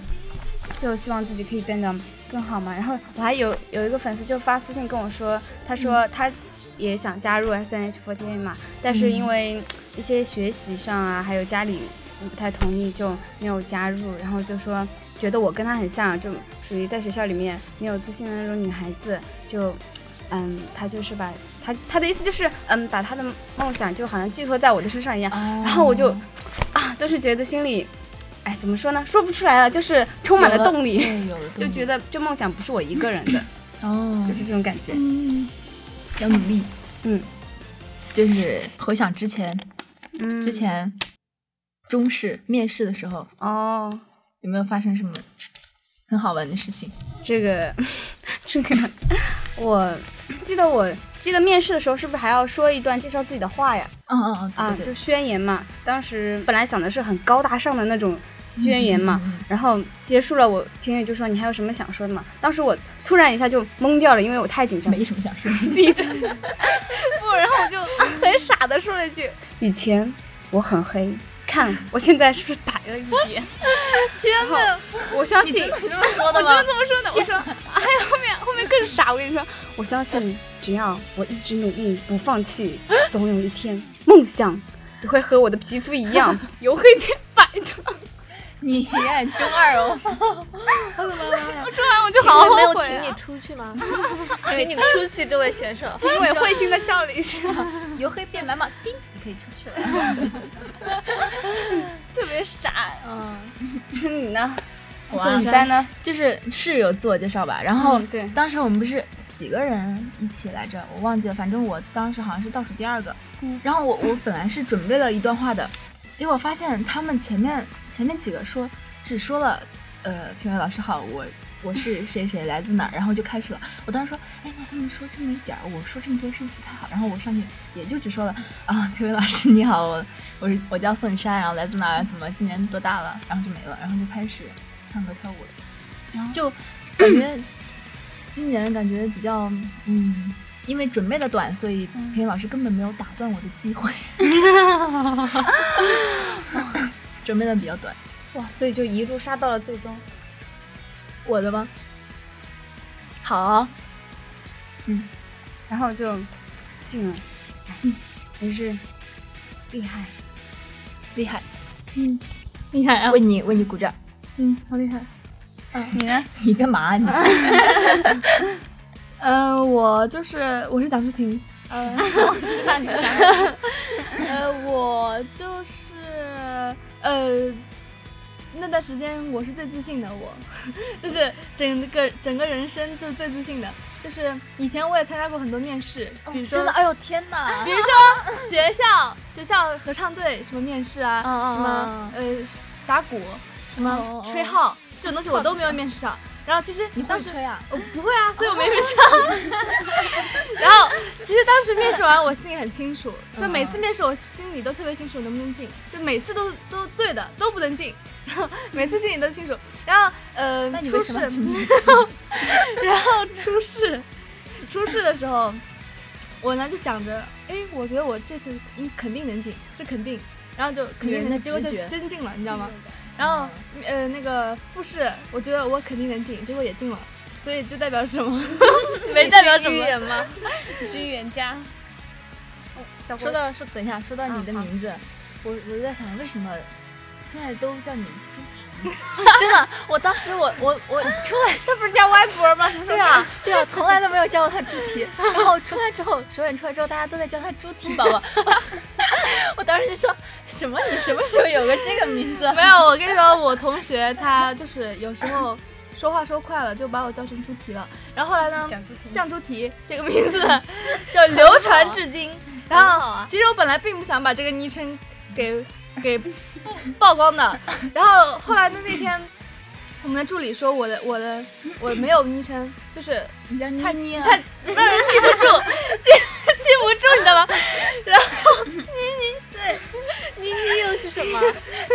Speaker 2: 就希望自己可以变得更好嘛。然后我还有有一个粉丝就发私信跟我说，他说他也想加入 S N H 4 8嘛，但是因为一些学习上啊，还有家里不太同意，就没有加入。然后就说觉得我跟他很像，就属于在学校里面没有自信的那种女孩子，就。嗯，他就是把他他的意思就是，嗯，把他的梦想就好像寄托在我的身上一样。
Speaker 4: 然
Speaker 2: 然后我就啊，都是觉得心里，哎，怎么说呢？说不出来了，就是充满了动力，
Speaker 4: 对，有了动
Speaker 2: 就
Speaker 4: 力
Speaker 2: 觉得这梦想不是我一个人的，
Speaker 4: 哦
Speaker 2: 就，是这种感觉。
Speaker 4: 要努力。
Speaker 2: 嗯，
Speaker 4: 就是回想之前，
Speaker 2: 嗯，
Speaker 4: 之前中试面试的时候，
Speaker 2: 哦，
Speaker 4: 有没有发生什么很好玩的事情？
Speaker 2: 这个 这个，我记得我记得面试的时候是不是还要说一段介绍自己的话呀？
Speaker 4: 嗯嗯
Speaker 2: 啊
Speaker 4: 嗯，，对
Speaker 2: 就
Speaker 4: 对对，
Speaker 2: 宣言嘛。当时本来想的是很高大上的那种宣言嘛，
Speaker 4: 嗯嗯嗯
Speaker 2: 然后结束了，我婷雨就说你还有什么想说的嘛？当时我突然一下就懵掉了，因为我太紧张了
Speaker 4: 没。什么想说的。
Speaker 2: 不，然后我就很傻的说了一句：“以前我很黑，看我现在是不是白了一点？” 天哪！我相信
Speaker 4: 你这么说的吗？
Speaker 2: 这么说的，我说，哎呀，后面后面更傻。我跟你说，我相信只要我一直努力不放 弃，总有一天梦想也会和我的皮肤一 样由黑变白的。
Speaker 4: 你演中二哦，
Speaker 2: 我 就好
Speaker 5: 因为没
Speaker 2: 后
Speaker 5: 有
Speaker 2: 悔
Speaker 5: 请
Speaker 2: 啊
Speaker 5: 你出去 吗？请你出去，这位选手。
Speaker 2: 评委会心的笑了一下，
Speaker 4: 由黑变白嘛，叮，你可以出去了。
Speaker 2: 特别傻。
Speaker 4: 嗯，
Speaker 2: 你呢？
Speaker 4: 我啊
Speaker 2: 宋雨山呢？
Speaker 4: 就是室友自我介绍吧，然后
Speaker 2: 嗯对
Speaker 4: 当时我们不是几个人一起来着，我忘记了，反正我当时好像是倒数第二个。
Speaker 2: 嗯
Speaker 4: 然后我我本来是准备了一段话的，结果发现他们前面前面几个说只说了，呃，评委老师好，我我是谁谁来自哪儿，然后就开始了。我当时说，哎，那他们说这么一点儿，我说这么多是不是不太好？然后我上去也就只说了啊，评委老师你好，我我是我叫宋雨山，然后来自哪儿，怎么今年多大了，然后就没了，然后就开始唱歌跳舞了。就感觉今年感觉比较嗯，因为准备的短，所以
Speaker 3: 嗯
Speaker 4: 培老师根本没有打断我的机 会，准备的比较短。
Speaker 2: 哇，所以就一路杀到了最终。
Speaker 4: 我的吗？
Speaker 5: 好，
Speaker 2: 然后就进了，哎也是厉害。
Speaker 4: 厉害，
Speaker 3: 厉害啊
Speaker 4: 为！你为你鼓掌。
Speaker 3: 嗯，好厉害。
Speaker 2: 你呢？
Speaker 4: 你干嘛？你
Speaker 3: 嗯呃，我就是我是蒋舒婷。 呃，我知道你是蒋舒婷。呃，我就是呃，那段时间我是最自信的，我 就是整个整个人生就是最自信的。就是以前我也参加过很多面试，比如说、
Speaker 4: 真的，哎呦天哪！
Speaker 3: 比如说学校学校合唱队什么面试啊，
Speaker 4: 嗯嗯
Speaker 3: 什么呃打鼓，什
Speaker 4: 嗯
Speaker 3: 么
Speaker 4: 嗯
Speaker 3: 吹号这种东西我都没有面试上。然后其实
Speaker 4: 你
Speaker 3: 当
Speaker 4: 会
Speaker 3: 时
Speaker 4: 吹啊？
Speaker 3: 我不会 啊，所以我没面试上。然后其实当时面试完，我心里很清楚，
Speaker 4: 嗯
Speaker 3: 就每次面试我心里都特别清楚能不能进，就每次都都对的，都不能进， 然后每次心里都清楚。然后呃
Speaker 4: 那，你
Speaker 3: 初
Speaker 4: 为什
Speaker 3: 试
Speaker 4: 么要，去面试？
Speaker 3: 然后初试，初试的时候，我呢就想着，哎，我觉得我这次应肯定能进，是肯定，然后就肯定
Speaker 4: 人的
Speaker 3: 能进，结果
Speaker 4: 直
Speaker 3: 就
Speaker 4: 觉
Speaker 3: 真进了，你知道吗？然后呃那个复试，我觉得我肯定能进，结果也进了，所以这代表什么？ 没代表什
Speaker 5: 你是
Speaker 3: 么
Speaker 5: 愚。人吗？
Speaker 3: 你是预言家。
Speaker 2: 哦小郭
Speaker 4: 说到说，等一下，说到你的
Speaker 2: 嗯好
Speaker 4: 名字，我我在想为什么现在都叫你朱 婷？真的，我当时我我我出来
Speaker 2: 他不是叫歪脖吗？
Speaker 4: 对啊，对啊，从来都没有叫过他猪蹄。然后出来之后，首演出来之后，大家都在叫他猪蹄宝宝。 我当时就说什么？你什么时候有个这个名字？
Speaker 3: 没有，我跟你说，我同学他就是有时候说话说快了，就把我叫成猪蹄了。然后后来呢，
Speaker 2: 讲不听。
Speaker 3: 酱猪蹄这个名字 就流传至今。然
Speaker 5: 很好
Speaker 3: 后
Speaker 5: 啊，
Speaker 3: 其实我本来并不想把这个昵称给给曝曝 光的。然后后来的那天，我们的助理说我的我的我没有昵称，就是
Speaker 4: 你叫
Speaker 3: 太
Speaker 4: 妮啊
Speaker 2: 啊
Speaker 3: 太让人记不 住，记记不住，你知道吗？然后
Speaker 5: 妮妮又是什么？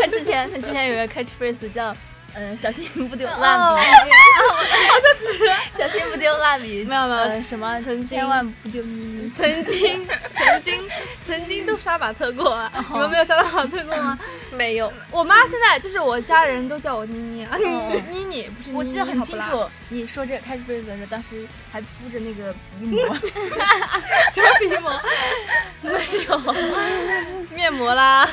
Speaker 4: 他之前他之前有个 catchphrase 叫嗯小心不丢蜡
Speaker 5: 哦
Speaker 4: 笔，小心不丢蜡笔，
Speaker 3: 没有没有
Speaker 4: 呃什么
Speaker 3: 曾经
Speaker 4: 千万不丢妮妮，
Speaker 3: 曾经曾经曾经都杀马特过啊，
Speaker 5: 哦
Speaker 3: 你们没有杀到马特过吗？
Speaker 5: 没有，
Speaker 3: 我妈现在就是我家人都叫我妮妮啊，
Speaker 4: 哦
Speaker 3: 妮妮妮不是妮妮，
Speaker 4: 我记得很清
Speaker 3: 好不啦，
Speaker 4: 楚，你说这个 catchphrase 的时候，当时还敷着那个 鼻膜，
Speaker 3: 什么鼻膜？没有面膜啦，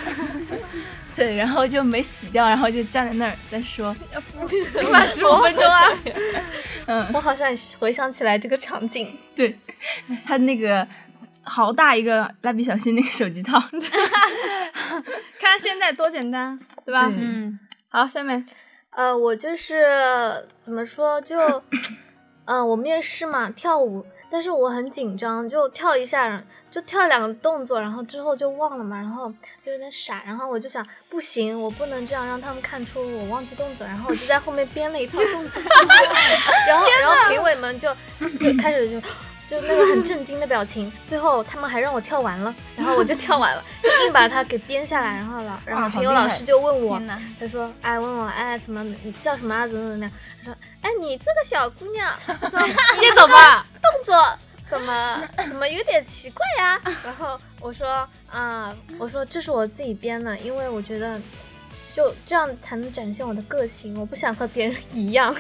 Speaker 4: 对，然后就没洗掉，然后就站在那儿在说，
Speaker 3: 起码十五分钟啊。
Speaker 4: 嗯，
Speaker 5: 我好像回想起来这个场景，
Speaker 4: 对，他那个好大一个蜡笔小新那个手机套，
Speaker 3: 看现在多简单，对吧？
Speaker 4: 对
Speaker 2: 嗯，
Speaker 3: 好，下面
Speaker 5: 呃，我就是怎么说 就，嗯、我面试嘛跳舞，但是我很紧张，就跳一下，就跳两个动作，然后之后就忘了嘛，然后就有点傻，然后我就想不行，我不能这样让他们看出我忘记动作，然后我就在后面编了一套 动作，然后然后评委们就就开始就。就那种很震惊的表情，最后他们还让我跳完了，然后我就跳完了，就硬把它给编下来，然后老，然
Speaker 4: 哇
Speaker 5: 后
Speaker 4: 好
Speaker 5: 评委
Speaker 4: 厉
Speaker 5: 老
Speaker 4: 害
Speaker 5: 师就问我，
Speaker 2: 天哪，
Speaker 5: 他说，哎，问我，哎，怎么你叫什么啊？怎么怎么样？他说，哎，你这个小姑 娘，他说你
Speaker 3: 叶总吧，
Speaker 5: 动作 怎么怎么有点奇怪呀、然后我说，啊、我说这是我自己编的，因为我觉得就这样才能展现我的个性，我不想和别人 一样。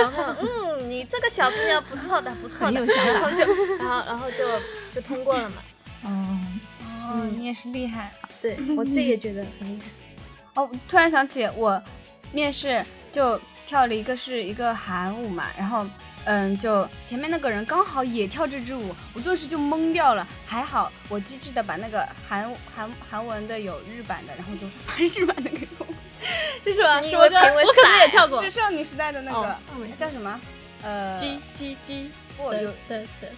Speaker 5: 然后，嗯，你这个小姑娘不错的，不错
Speaker 4: 很
Speaker 5: 的
Speaker 4: 有。想
Speaker 5: 然
Speaker 4: 法
Speaker 5: 后，就，然后，然后就就通过了嘛。
Speaker 4: 嗯，
Speaker 2: 哦，你也是厉害。
Speaker 5: 对我自己也觉得很厉害。
Speaker 2: 哦，突然想起我面试就跳了一个是一个韩舞嘛，然后嗯，就前面那个人刚好也跳这支舞，我顿时就懵掉了。还好我机智的把那个韩韩韩文的有日版的，然后就把日版的给 弄了。这是吧？
Speaker 5: 你以
Speaker 2: 是
Speaker 5: 为
Speaker 2: 我的
Speaker 5: 评委
Speaker 2: 我可能
Speaker 5: 赛
Speaker 2: 也跳过，这少女时代的那个、
Speaker 5: 哦
Speaker 2: 叫什么？呃，G G G，不
Speaker 3: 哦
Speaker 2: 有
Speaker 3: 对对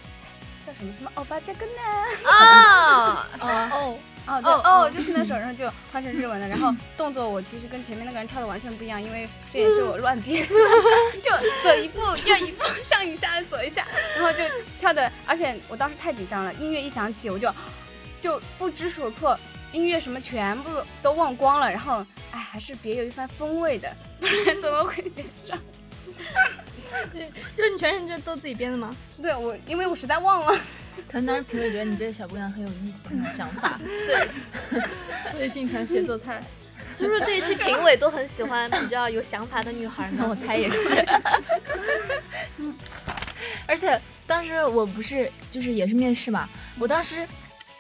Speaker 2: 叫什么什么欧巴在跟呢？
Speaker 5: 哦，
Speaker 3: 哦，
Speaker 2: 哦对
Speaker 3: 哦
Speaker 2: 哦
Speaker 3: 哦
Speaker 2: 就是那首，然后就换成日文的，然
Speaker 4: 嗯
Speaker 2: 后动作我其实跟前面那个人跳的完全不一样，因为这也是我乱编的，
Speaker 4: 嗯
Speaker 2: 就左一步右一步上一下左一下，然后就跳的，而且我当时太紧张了，音乐一响起我就就不知所措，音乐什么全部都忘光了，然后哎还是别有一番风味的，不然怎么会写上？
Speaker 3: 就是你全程就都自己编的吗？
Speaker 2: 对我，因为我实在忘了，
Speaker 4: 可能当时评委觉得你这个小姑娘很有意思，很有想法，
Speaker 3: 所以经常学做菜。
Speaker 5: 是不是这一期评委都很喜欢比较有想法的女孩
Speaker 4: 那
Speaker 5: 呢？
Speaker 4: 我猜也是。 而且当时我不是就是也是面试嘛，我当时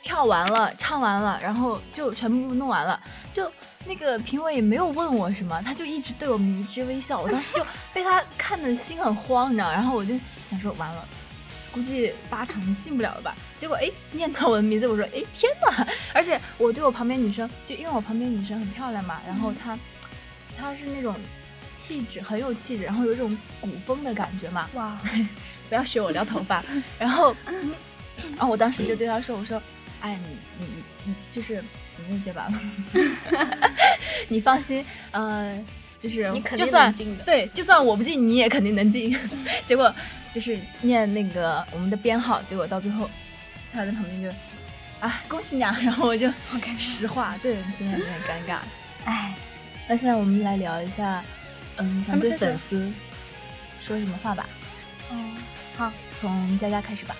Speaker 4: 跳完了、唱完了，然后就全部弄完了，就那个评委也没有问我什么，他就一直对我迷之微笑。我当 时就被他看的心很慌，你知道，然后我就想说完了。估计八成进不了了吧？结果哎，念到我的名字，我说哎天哪！ 而且我对我旁边女生，就因为我旁边女生很漂亮嘛，然后她她是那种气质很有气质，然后有一种古风的感觉嘛，
Speaker 2: 哇，
Speaker 4: 不要学我撩头发。然后，然后我当时就对他说：“我说，哎，你你你你就是怎么用 结巴了？ 你放心，呃，就是
Speaker 5: 你肯
Speaker 4: 就
Speaker 5: 定
Speaker 4: 算
Speaker 5: 能进的。
Speaker 4: 对，就算我不进，你也肯定能 进。结果就是念那个我们的编号，结果到最后，他在旁边就啊恭喜你啊， 然后我就实话，对，真的有点尴尬。
Speaker 2: 哎，
Speaker 4: 那现在我们来聊一下，嗯，想
Speaker 2: 们
Speaker 4: 对
Speaker 2: 开始
Speaker 4: 粉丝说什么话吧？
Speaker 2: 嗯，好。
Speaker 4: 从佳佳开始吧。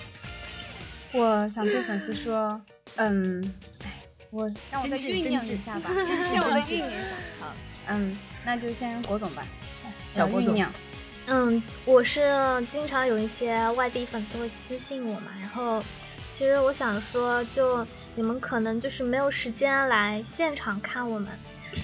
Speaker 2: 我想对粉丝说，嗯，哎， 我让我
Speaker 4: 真
Speaker 2: 再
Speaker 4: 挚
Speaker 2: 酝
Speaker 4: 真
Speaker 2: 酿
Speaker 4: 挚
Speaker 2: 一下吧，
Speaker 4: 真挚
Speaker 2: 让我
Speaker 4: 真
Speaker 2: 再酝
Speaker 4: 挚
Speaker 2: 酿一下。
Speaker 4: 好，
Speaker 2: 嗯，那就先郭总吧，呃
Speaker 4: 小郭总
Speaker 2: 酝酿
Speaker 5: 嗯，我是经常有一些外地粉丝会私信我嘛，然后其实我想说，就你们可能就是没有时间来现场看我们，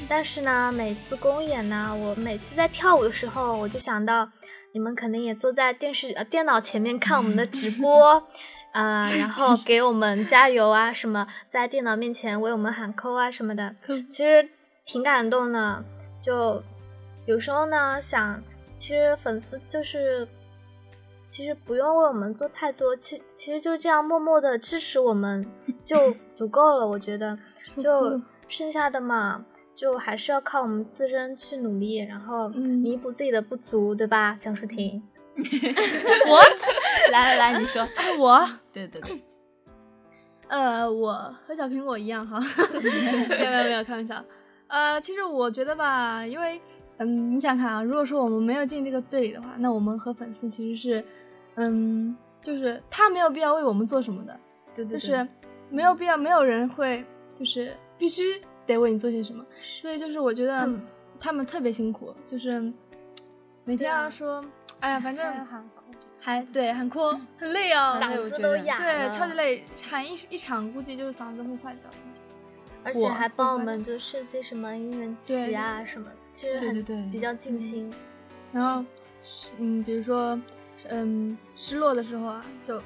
Speaker 5: 但是呢，每次公演呢，我每次在跳舞的时候，我就想到你们肯定也坐在电视呃电脑前面看我们的直播。 呃，然后 给我们加油啊，什么在电脑面前为我们喊扣啊什么的，其实挺感动的。就有时候呢，想其实粉丝就是，其实不用为我们做太多，其 其实就这样默默的支持我们就足够了。我觉得，就剩下的嘛，就还是要靠我们自身去努力，然后
Speaker 3: 嗯
Speaker 5: 弥补自己的不足，对吧？蒋舒婷，
Speaker 4: 来来来，你
Speaker 2: 啊
Speaker 4: 说，
Speaker 3: 我
Speaker 4: 对对对，
Speaker 3: 呃，我和小苹果一样哈， 没有没有没有，开玩笑。呃，其实我觉得吧，因为嗯，你想看啊，如果说我们没有进这个队里的话，那我们和粉丝其实是，嗯，就是他没有必要为我们做什么的，
Speaker 4: 对对，
Speaker 3: 就是没有必要，没有人会就是必须得为你做些什么，所以就是我觉得
Speaker 5: 嗯
Speaker 3: 他们特别辛苦，就是每天要
Speaker 2: 对
Speaker 3: 说，哎呀，反正
Speaker 2: 还有韩国
Speaker 3: 还对很哭，很累哦，
Speaker 2: 嗓
Speaker 3: 对
Speaker 5: 嗓
Speaker 2: 我
Speaker 5: 子
Speaker 2: 觉
Speaker 5: 都
Speaker 2: 得
Speaker 5: 哑了，
Speaker 3: 对，超级累，喊一一场估计就是嗓子会坏掉。
Speaker 5: 而且
Speaker 3: 我
Speaker 5: 还帮我
Speaker 3: 会
Speaker 5: 们就设计什么应援旗啊什么的，其实
Speaker 4: 对对
Speaker 5: 很
Speaker 4: 对，
Speaker 5: 比较
Speaker 3: 嗯
Speaker 5: 尽心。
Speaker 3: 然后，嗯，比如说，嗯，失落的时候啊，就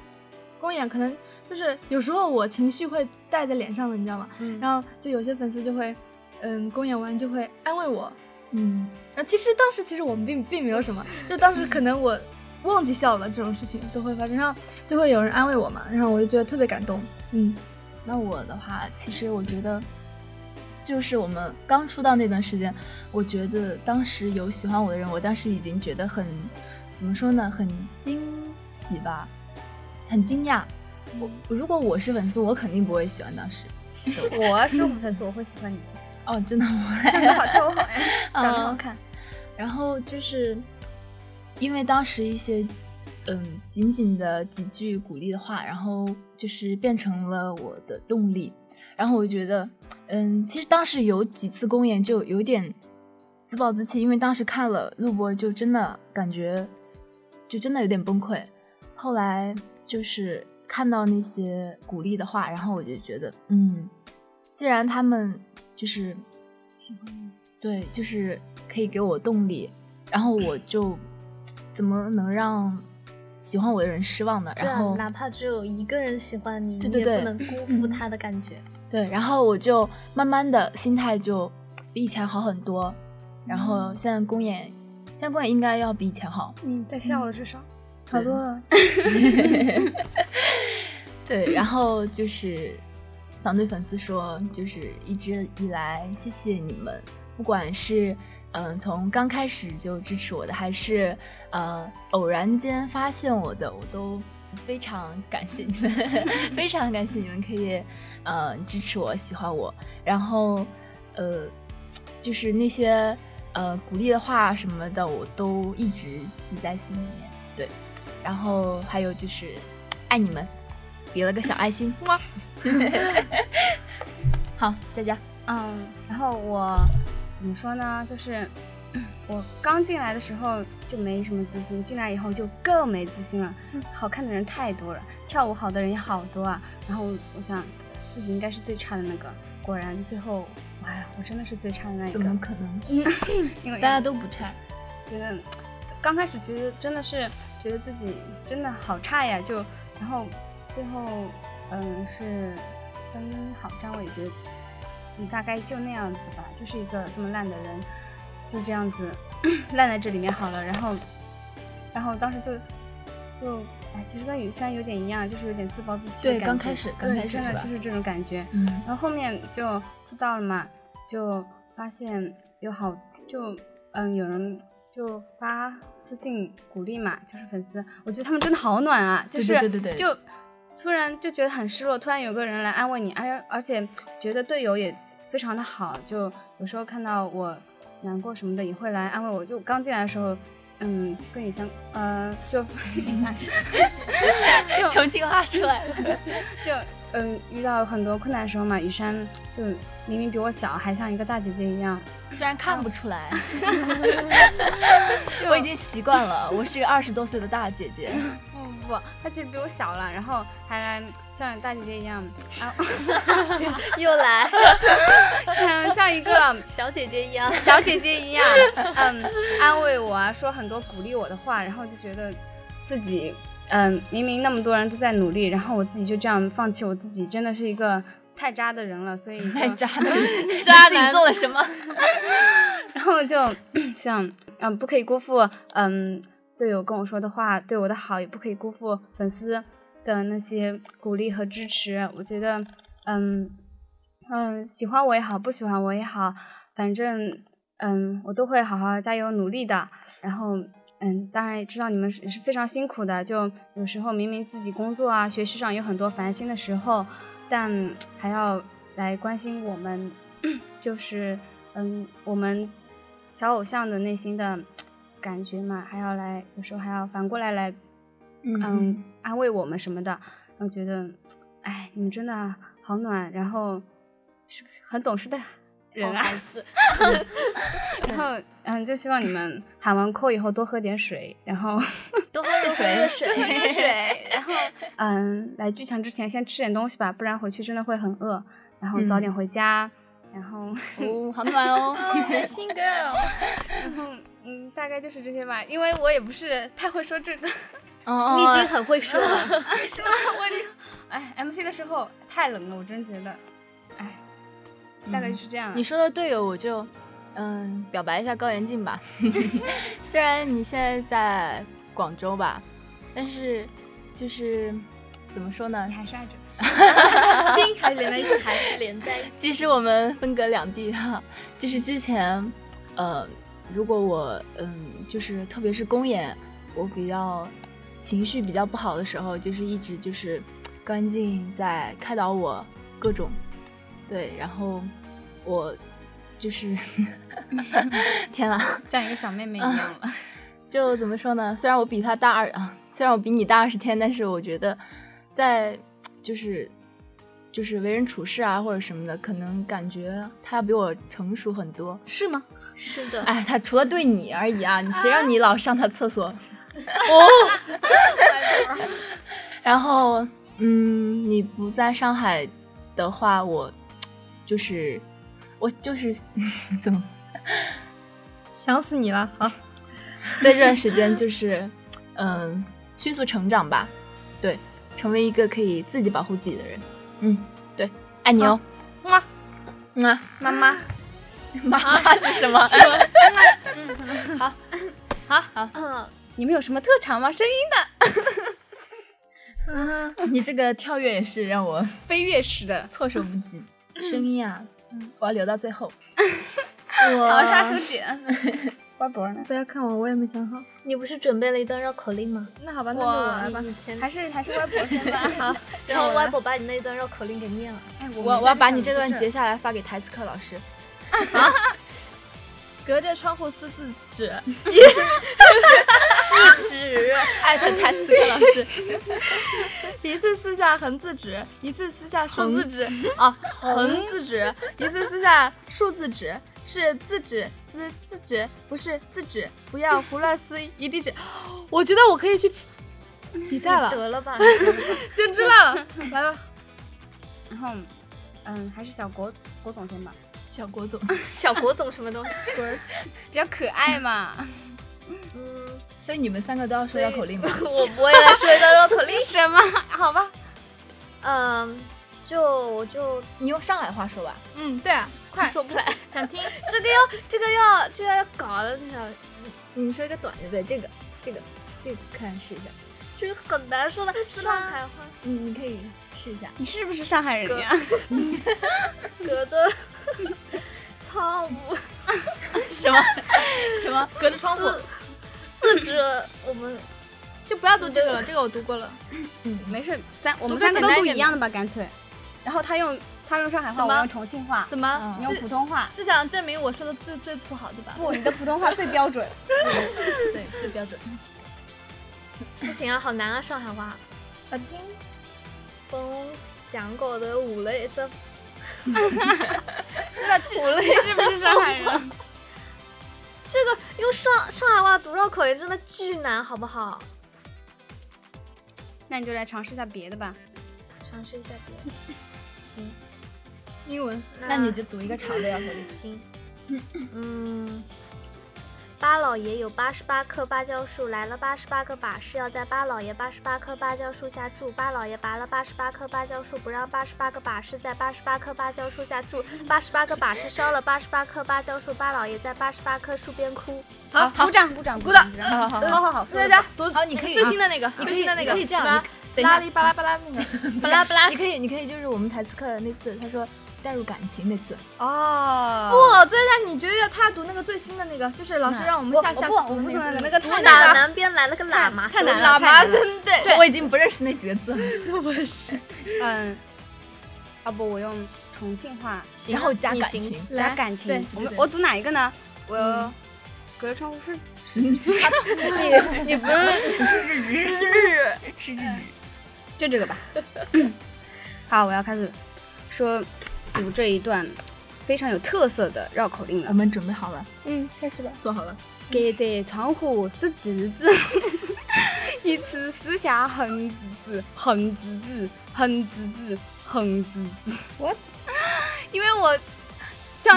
Speaker 3: 公演可能就是有时候我情绪会带在脸上的，你知道吗？
Speaker 5: 嗯
Speaker 3: 然后就有些粉丝就会，嗯，公演完就会安慰我。
Speaker 4: 嗯，
Speaker 3: 然后其实当时其实我们并并没有什么，就当时可能我忘记笑了，这种事情都会发生，然后就会有人安慰我嘛，然后我就觉得特别感动。嗯，
Speaker 4: 那我的话，其实我觉得，就是我们刚出道那段时间，我觉得当时有喜欢我的人，我当时已经觉得很，怎么说呢，很惊喜吧，很惊讶。我如果我是粉丝，我肯定不会喜欢当时。
Speaker 2: 我是我们粉丝，我会喜欢你的，
Speaker 4: 哦，真的吗？
Speaker 2: 唱歌好，跳舞好，哎，长得好
Speaker 4: 嗯
Speaker 2: 看，
Speaker 4: 然后就是因为当时一些嗯仅仅的几句鼓励的话，然后就是变成了我的动力。然后我觉得，嗯，其实当时有几次公演就有点自暴自弃，因为当时看了录播，就真的感觉就真的有点崩溃。后来就是看到那些鼓励的话，然后我就觉得，嗯，既然他们就是
Speaker 2: 喜欢你。
Speaker 4: 对，就是可以给我动力，然后我就怎么能让喜欢我的人失望呢？
Speaker 5: 对
Speaker 4: 然
Speaker 5: 啊
Speaker 4: 后，
Speaker 5: 哪怕只有一个人喜欢你，
Speaker 4: 对对
Speaker 5: 你也
Speaker 4: 对
Speaker 5: 不能 辜负他的感觉。
Speaker 4: 对，然后我就慢慢的心态就比以前好很多，然后现在公演，现在公演应该要比以前好，
Speaker 2: 嗯，在笑了至少。
Speaker 3: 好多了。
Speaker 4: 对，然后就是想对粉丝说，就是一直以来谢谢你们，不管是嗯、呃从刚开始就支持我的，还是呃偶然间发现我的，我都非常感谢你们， 非常感谢你们可以呃支持我、喜欢我，然后呃就是那些呃鼓励的话什么的，我都一直记在心里面，对，然后还有就是爱你 们。比了个小爱心。哇！好，佳佳，
Speaker 2: 嗯，然后我怎么说呢？就是我刚进来的时候就没什么自信，进来以后就更没自信了。
Speaker 4: 嗯
Speaker 2: 好看的人太多了，跳舞好的人也好多啊。然后我想自己应该是最差的那个，果然最后，哎呀，我真的是最差的那一个。
Speaker 4: 怎么可能？
Speaker 2: 因为
Speaker 4: 大家都不差。
Speaker 2: 觉得刚开始觉得真的是觉得自己真的好差呀，就然后最后嗯是分好站位，觉得自己大概就那样子吧，就是一个这么烂的人，就这样子 烂在这里面好了。然后然后当时就就哎，其实跟雨轩有点一样，就是有点自暴自弃的
Speaker 4: 对
Speaker 2: 感觉。
Speaker 4: 刚开始刚
Speaker 2: 对
Speaker 4: 开始
Speaker 2: 真
Speaker 4: 是
Speaker 2: 的
Speaker 4: 吧
Speaker 2: 就是这种感觉。
Speaker 4: 嗯，
Speaker 2: 然后后面就出道了嘛，就发现有好就嗯有人就发私信鼓励嘛，就是粉丝，我觉得他们真的好暖啊，就
Speaker 4: 对
Speaker 2: 是
Speaker 4: 对对对对
Speaker 2: 就突然就觉得很失落，突然有个人来安慰你，而而且觉得队友也非常的好，就有时候看到我难过什么的也会来安慰我，就刚进来的时候。嗯，跟雨翔，呃，就 雨翔，就
Speaker 4: 重庆话出来了。
Speaker 2: 就嗯，遇到很多困难的时候嘛，雨珊就明明比我小，还像一个大姐姐一样。
Speaker 4: 虽然看不出来，
Speaker 2: 就
Speaker 4: 我已经习惯了。我是个二十多岁的大姐姐。
Speaker 2: 不哦不不，她其实比我小了，然后还来像大姐姐一样 啊，
Speaker 5: 又来，
Speaker 2: 嗯像一 个
Speaker 5: 小姐姐一样，
Speaker 2: 小姐姐一样，嗯，安慰我啊，说很多鼓励我的话，然后就觉得自己，嗯，明明那么多人都在努力，然后我自己就这样放弃我自己，真的是一个太渣的人了，所以就
Speaker 4: 太渣男，嗯 渣男做了什么？
Speaker 2: 然后就 想，嗯，不可以辜负，嗯，队友跟我说的话，对我的好，也不可以辜负粉丝的那些鼓励和支持。我觉得，嗯，嗯，喜欢我也好，不喜欢我也好，反正嗯，我都会好好加油努力的。然后嗯，当然也知道你们是也是非常辛苦的，就有时候明明自己工作啊、学习上有很多烦心的时候，但还要来关心我们，就是嗯，我们小偶像的内心的感觉嘛，还要来有时候还要反过来来嗯，安慰我们什么的，然后觉得，哎，你们真的好暖，然后是很懂事的人啊。 然后，嗯，就希望你们喊完扣以后多喝点水，然后，
Speaker 4: 多喝点水，
Speaker 5: 多喝点
Speaker 4: 水，然后
Speaker 2: 嗯，来剧场之前先吃点东西吧，不然回去真的会很饿。然后早点回家，然 后，
Speaker 4: 哦，好暖 哦。
Speaker 3: 新 girl，
Speaker 2: 然后，嗯，大概就是这些吧，因为我也不是太会说这个。
Speaker 4: 哦，
Speaker 5: 你已经很会说 了，
Speaker 2: 是吗？我就，哎，MC 的时候太冷了，我真觉得，哎，大概嗯就是这样了。
Speaker 4: 你说的队友，我就嗯表白一下高圆静吧。 虽然你现在在广州吧，但是就是怎么说呢
Speaker 2: 你？还是爱着我。
Speaker 5: 心还连在一起，还是连在一起。
Speaker 4: 即使我们分隔两地 哈，就是之前，呃，如果我嗯，就是特别是公演，我比较情绪比较不好的时候，就是一直就是高安静在开导我各种，对，然后我就是 天啊呐，
Speaker 2: 像一个小妹妹一样了。
Speaker 4: 就怎么说呢？虽然我比他大二 啊，虽然我比你大二十天，但是我觉得在就是就是为人处事啊或者什么的，可能感觉他比我成熟很多。
Speaker 2: 是 吗？
Speaker 5: 是的，
Speaker 4: 哎，他除了对你而已啊，你谁让你老上他厕所？ 哦，然后嗯，你不在上海的话，我就是我就是 怎么
Speaker 3: 想死你了，好，
Speaker 4: 在这段时间就是，嗯，迅速成长吧，对，成为一个可以自己保护自己的人。嗯，对，爱你哦，
Speaker 2: 哇，
Speaker 4: 嗯啊，
Speaker 2: 妈妈，
Speaker 4: 妈妈是什 么？
Speaker 3: 啊
Speaker 5: 嗯，
Speaker 2: 你们有什么特长吗？声音
Speaker 4: 你这个跳跃也是让我
Speaker 2: 飞跃式的。
Speaker 4: 措手不 及，声音啊，我要留到最后。
Speaker 2: 好，杀手 锏。花博呢？
Speaker 3: 不要看我，我也没想好。
Speaker 5: 你不是准备了一段绕口令吗？
Speaker 3: 那好吧，那就我来
Speaker 2: 哇
Speaker 3: 吧。
Speaker 5: 你前
Speaker 2: 还是还是歪博 先吧。好，
Speaker 5: 然后歪博把你那段绕口令给念了。
Speaker 2: 哎，
Speaker 4: 我我要把你这段截
Speaker 2: 结。
Speaker 4: 下来发给台词课老 师。
Speaker 3: 隔着窗户撕字纸，
Speaker 5: 纸，
Speaker 4: 艾特台词课老师，
Speaker 3: 一次撕下横字纸，一次撕下竖字纸啊，横字纸，一次撕下竖字纸，是字纸撕字纸，不是字纸，不要胡乱撕一地纸。 我觉得我可以去比赛
Speaker 4: 嗯
Speaker 3: 了，
Speaker 5: 得了吧，
Speaker 3: 简直了，来吧，
Speaker 2: 然后，嗯，还是小国国总先吧，
Speaker 4: 小郭总。
Speaker 5: 小国总什么东西？
Speaker 2: 比较可爱 嘛。
Speaker 5: 嗯，
Speaker 4: 所以你们三个都要说绕口令吗？
Speaker 5: 我不会来说一段绕口令。
Speaker 2: 什么？好吧。
Speaker 5: 嗯，就我就
Speaker 4: 你用上海话说吧。
Speaker 3: 嗯，对啊，快
Speaker 5: 说不来，
Speaker 3: 想听
Speaker 5: 这个要这个要这个要搞的，
Speaker 4: 你说一个短的呗，这个这个这个看试一下。
Speaker 5: 这个很难说的。上海话，
Speaker 4: 你你可以试一下。
Speaker 2: 你是不是上海人呀？
Speaker 5: 隔着 窗户，
Speaker 4: 什么 什么？
Speaker 3: 隔着窗户，
Speaker 5: 四者我们
Speaker 3: 就不要读这个了，这个我读过了。
Speaker 2: 没事，三我们
Speaker 3: 读个
Speaker 2: 三个
Speaker 3: 简
Speaker 2: 都
Speaker 3: 单
Speaker 2: 读
Speaker 3: 一点
Speaker 2: 一
Speaker 3: 的
Speaker 2: 样的吧，干脆。然后他用他用上海话，
Speaker 3: 怎么
Speaker 2: 我用重庆话，
Speaker 3: 怎么
Speaker 4: 嗯
Speaker 2: 你用普
Speaker 3: 是
Speaker 2: 通话。
Speaker 3: 是想证明我说的最最不好对吧？
Speaker 2: 不，你的普通话最标准。
Speaker 4: 对，最标准。
Speaker 5: 不行啊，好难啊，上海话。
Speaker 3: 好听，
Speaker 5: 风讲过的五类的
Speaker 3: 真的去，是不是上海人？
Speaker 5: 这个用上上海话读绕口令真的巨难，好不好？
Speaker 2: 那你就来尝试一下别的吧。
Speaker 5: 尝试一下别 的。行，
Speaker 3: 英文。
Speaker 4: 那你就读一个长 的绕口令。
Speaker 5: 行。嗯，八老爷有八十八棵芭蕉树，来了八十八个把式，要在八老爷八十八棵芭蕉树下住。八老爷拔了八十八棵芭蕉树，不让八十八个把式在八十八棵芭蕉树下住。八十八个把式烧了八十八棵芭蕉树，八老爷在八十八棵树边哭。
Speaker 2: 好，鼓掌，鼓掌，鼓掌。
Speaker 4: 好好
Speaker 3: 好好好，大家读
Speaker 4: 好你可以啊
Speaker 3: 最新的那个，最新的那个，
Speaker 4: 你可以这样
Speaker 3: 巴
Speaker 4: 你等一下
Speaker 3: 拉里巴拉巴拉那个，
Speaker 5: 巴拉巴拉
Speaker 4: 你可以，你可以，就是我们台词课那次，他说带入感情那次，
Speaker 2: 哦，
Speaker 3: 不，最那你觉得要他读那个最新的那个，就是老师让我们下下次
Speaker 2: 我不我不读那个 那个
Speaker 5: 我
Speaker 2: 太
Speaker 5: 哪
Speaker 2: 难了，
Speaker 5: 南边来了个喇嘛，
Speaker 2: 太
Speaker 5: 是吧
Speaker 2: 难了
Speaker 3: 喇嘛
Speaker 2: 太难了
Speaker 3: 真 的
Speaker 4: 我已经不认识那几个字了，
Speaker 2: 嗯，要不我用重庆话
Speaker 5: 行
Speaker 4: 然后加
Speaker 5: 你
Speaker 4: 感
Speaker 5: 行
Speaker 4: 情，
Speaker 3: 来
Speaker 2: 加感情
Speaker 3: 对，
Speaker 2: 我
Speaker 4: 对
Speaker 2: 们
Speaker 4: 对
Speaker 2: 我读哪一个呢？我隔着窗户啊是
Speaker 4: 是日
Speaker 5: 你你不是
Speaker 4: 日是日
Speaker 2: 就这个吧。好，我要开始说读这一段非常有特色的绕口令
Speaker 4: 我
Speaker 2: 了。
Speaker 4: 们啊准备好了，
Speaker 5: 嗯，开始吧。
Speaker 4: 做好了，
Speaker 2: 隔着窗户是侄子， 一次私下横侄子，横侄子，横侄子，横侄子。What？因为我 上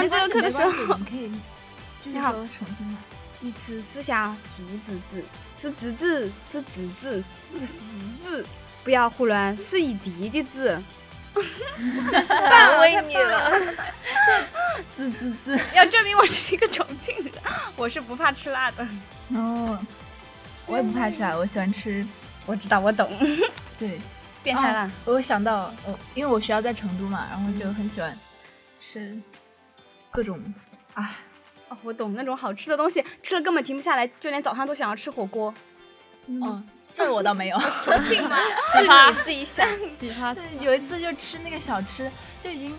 Speaker 4: 没
Speaker 2: 这
Speaker 4: 关
Speaker 2: 个
Speaker 4: 系
Speaker 2: 课的
Speaker 4: 没
Speaker 2: 时
Speaker 4: 关系，
Speaker 2: 候，
Speaker 4: 你可以就是
Speaker 2: 你好
Speaker 4: 说重庆话，
Speaker 2: 一次私下数侄子，是侄子，是侄子，不是侄子，不要胡乱是以敌的字。
Speaker 5: 反问你了，
Speaker 4: 滋滋滋，
Speaker 2: 要证明我是一个重庆人，我是不怕吃辣的。
Speaker 4: 哦，我也不怕吃辣，我喜欢吃，
Speaker 2: 我知道，我懂，
Speaker 4: 对，
Speaker 2: 变态辣
Speaker 4: 哦。我想到，我因为我学校在成都嘛，然后就很喜欢吃各种啊，
Speaker 2: 哦，我懂那种好吃的东西，吃了根本停不下来，就连早上都想要吃火锅。
Speaker 4: 哦，这我倒没有。
Speaker 5: 是你自己想。
Speaker 3: 奇葩
Speaker 4: 对，有一次就吃那个小吃，就已经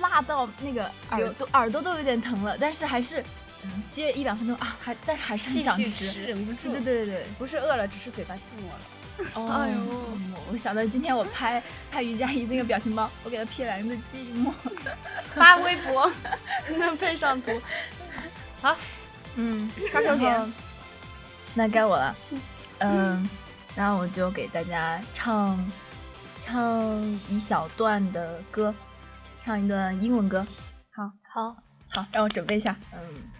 Speaker 4: 辣到那个耳朵耳朵都有点疼了，但是还是嗯歇一两分钟啊，还但是还是很想吃。
Speaker 2: 忍不
Speaker 4: 对对对对
Speaker 2: 不是饿了，只是嘴巴寂寞了。
Speaker 4: 对，哦，寂寞。我想到今天我拍拍于佳怡那个表情包，我给她 P 了一个寂寞。
Speaker 2: 发微博，
Speaker 3: 能配上读，
Speaker 4: 嗯，
Speaker 2: 刷手点。
Speaker 4: 那该我 了。嗯，然后我就给大家唱唱一小段的歌，唱一段英文歌。
Speaker 5: 好，
Speaker 4: 好，让我准备一下。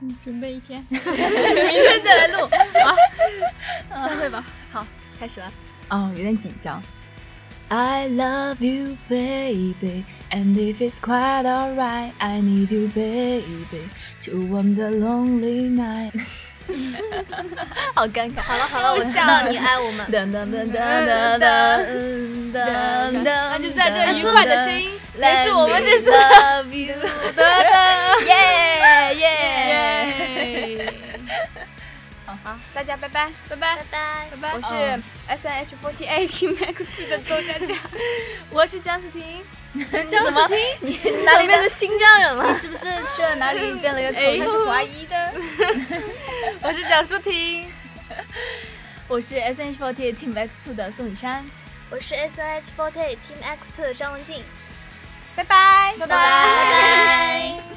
Speaker 4: 嗯。
Speaker 3: 准备一天，明天再来录。好，散会吧。
Speaker 4: 开始了。哦，有点紧张。I love you, baby, and if it's quite alright, I need you, baby, to warm the lonely night 。 好尴尬。
Speaker 5: 好了好了，我知道你爱我 们。
Speaker 4: 噔噔噔噔噔噔噔噔噔，
Speaker 3: 那就在
Speaker 4: 嗯
Speaker 3: 这愉快的声音 结束我们这
Speaker 4: 次
Speaker 3: 次。
Speaker 4: love you 耶耶！
Speaker 3: 耶！
Speaker 2: 好，大家拜拜。
Speaker 3: 拜拜
Speaker 5: 拜。拜
Speaker 3: 拜。拜
Speaker 2: 我是
Speaker 4: 嗯
Speaker 2: S N H 4 8 T Max 的周佳佳。
Speaker 3: 我是江诗婷，
Speaker 5: 江诗婷，你怎么变成新疆人了
Speaker 4: 你？是不是去了哪里变了个
Speaker 3: 哎
Speaker 4: 口
Speaker 3: 呦
Speaker 4: 他是华裔的。
Speaker 3: 我是蒋舒婷，
Speaker 4: 我是 S H 4 8 Team X Two 的宋雨珊。
Speaker 5: 我是 S N H 4 8 Team X Two 的张文静，
Speaker 2: 拜拜，
Speaker 5: 拜拜。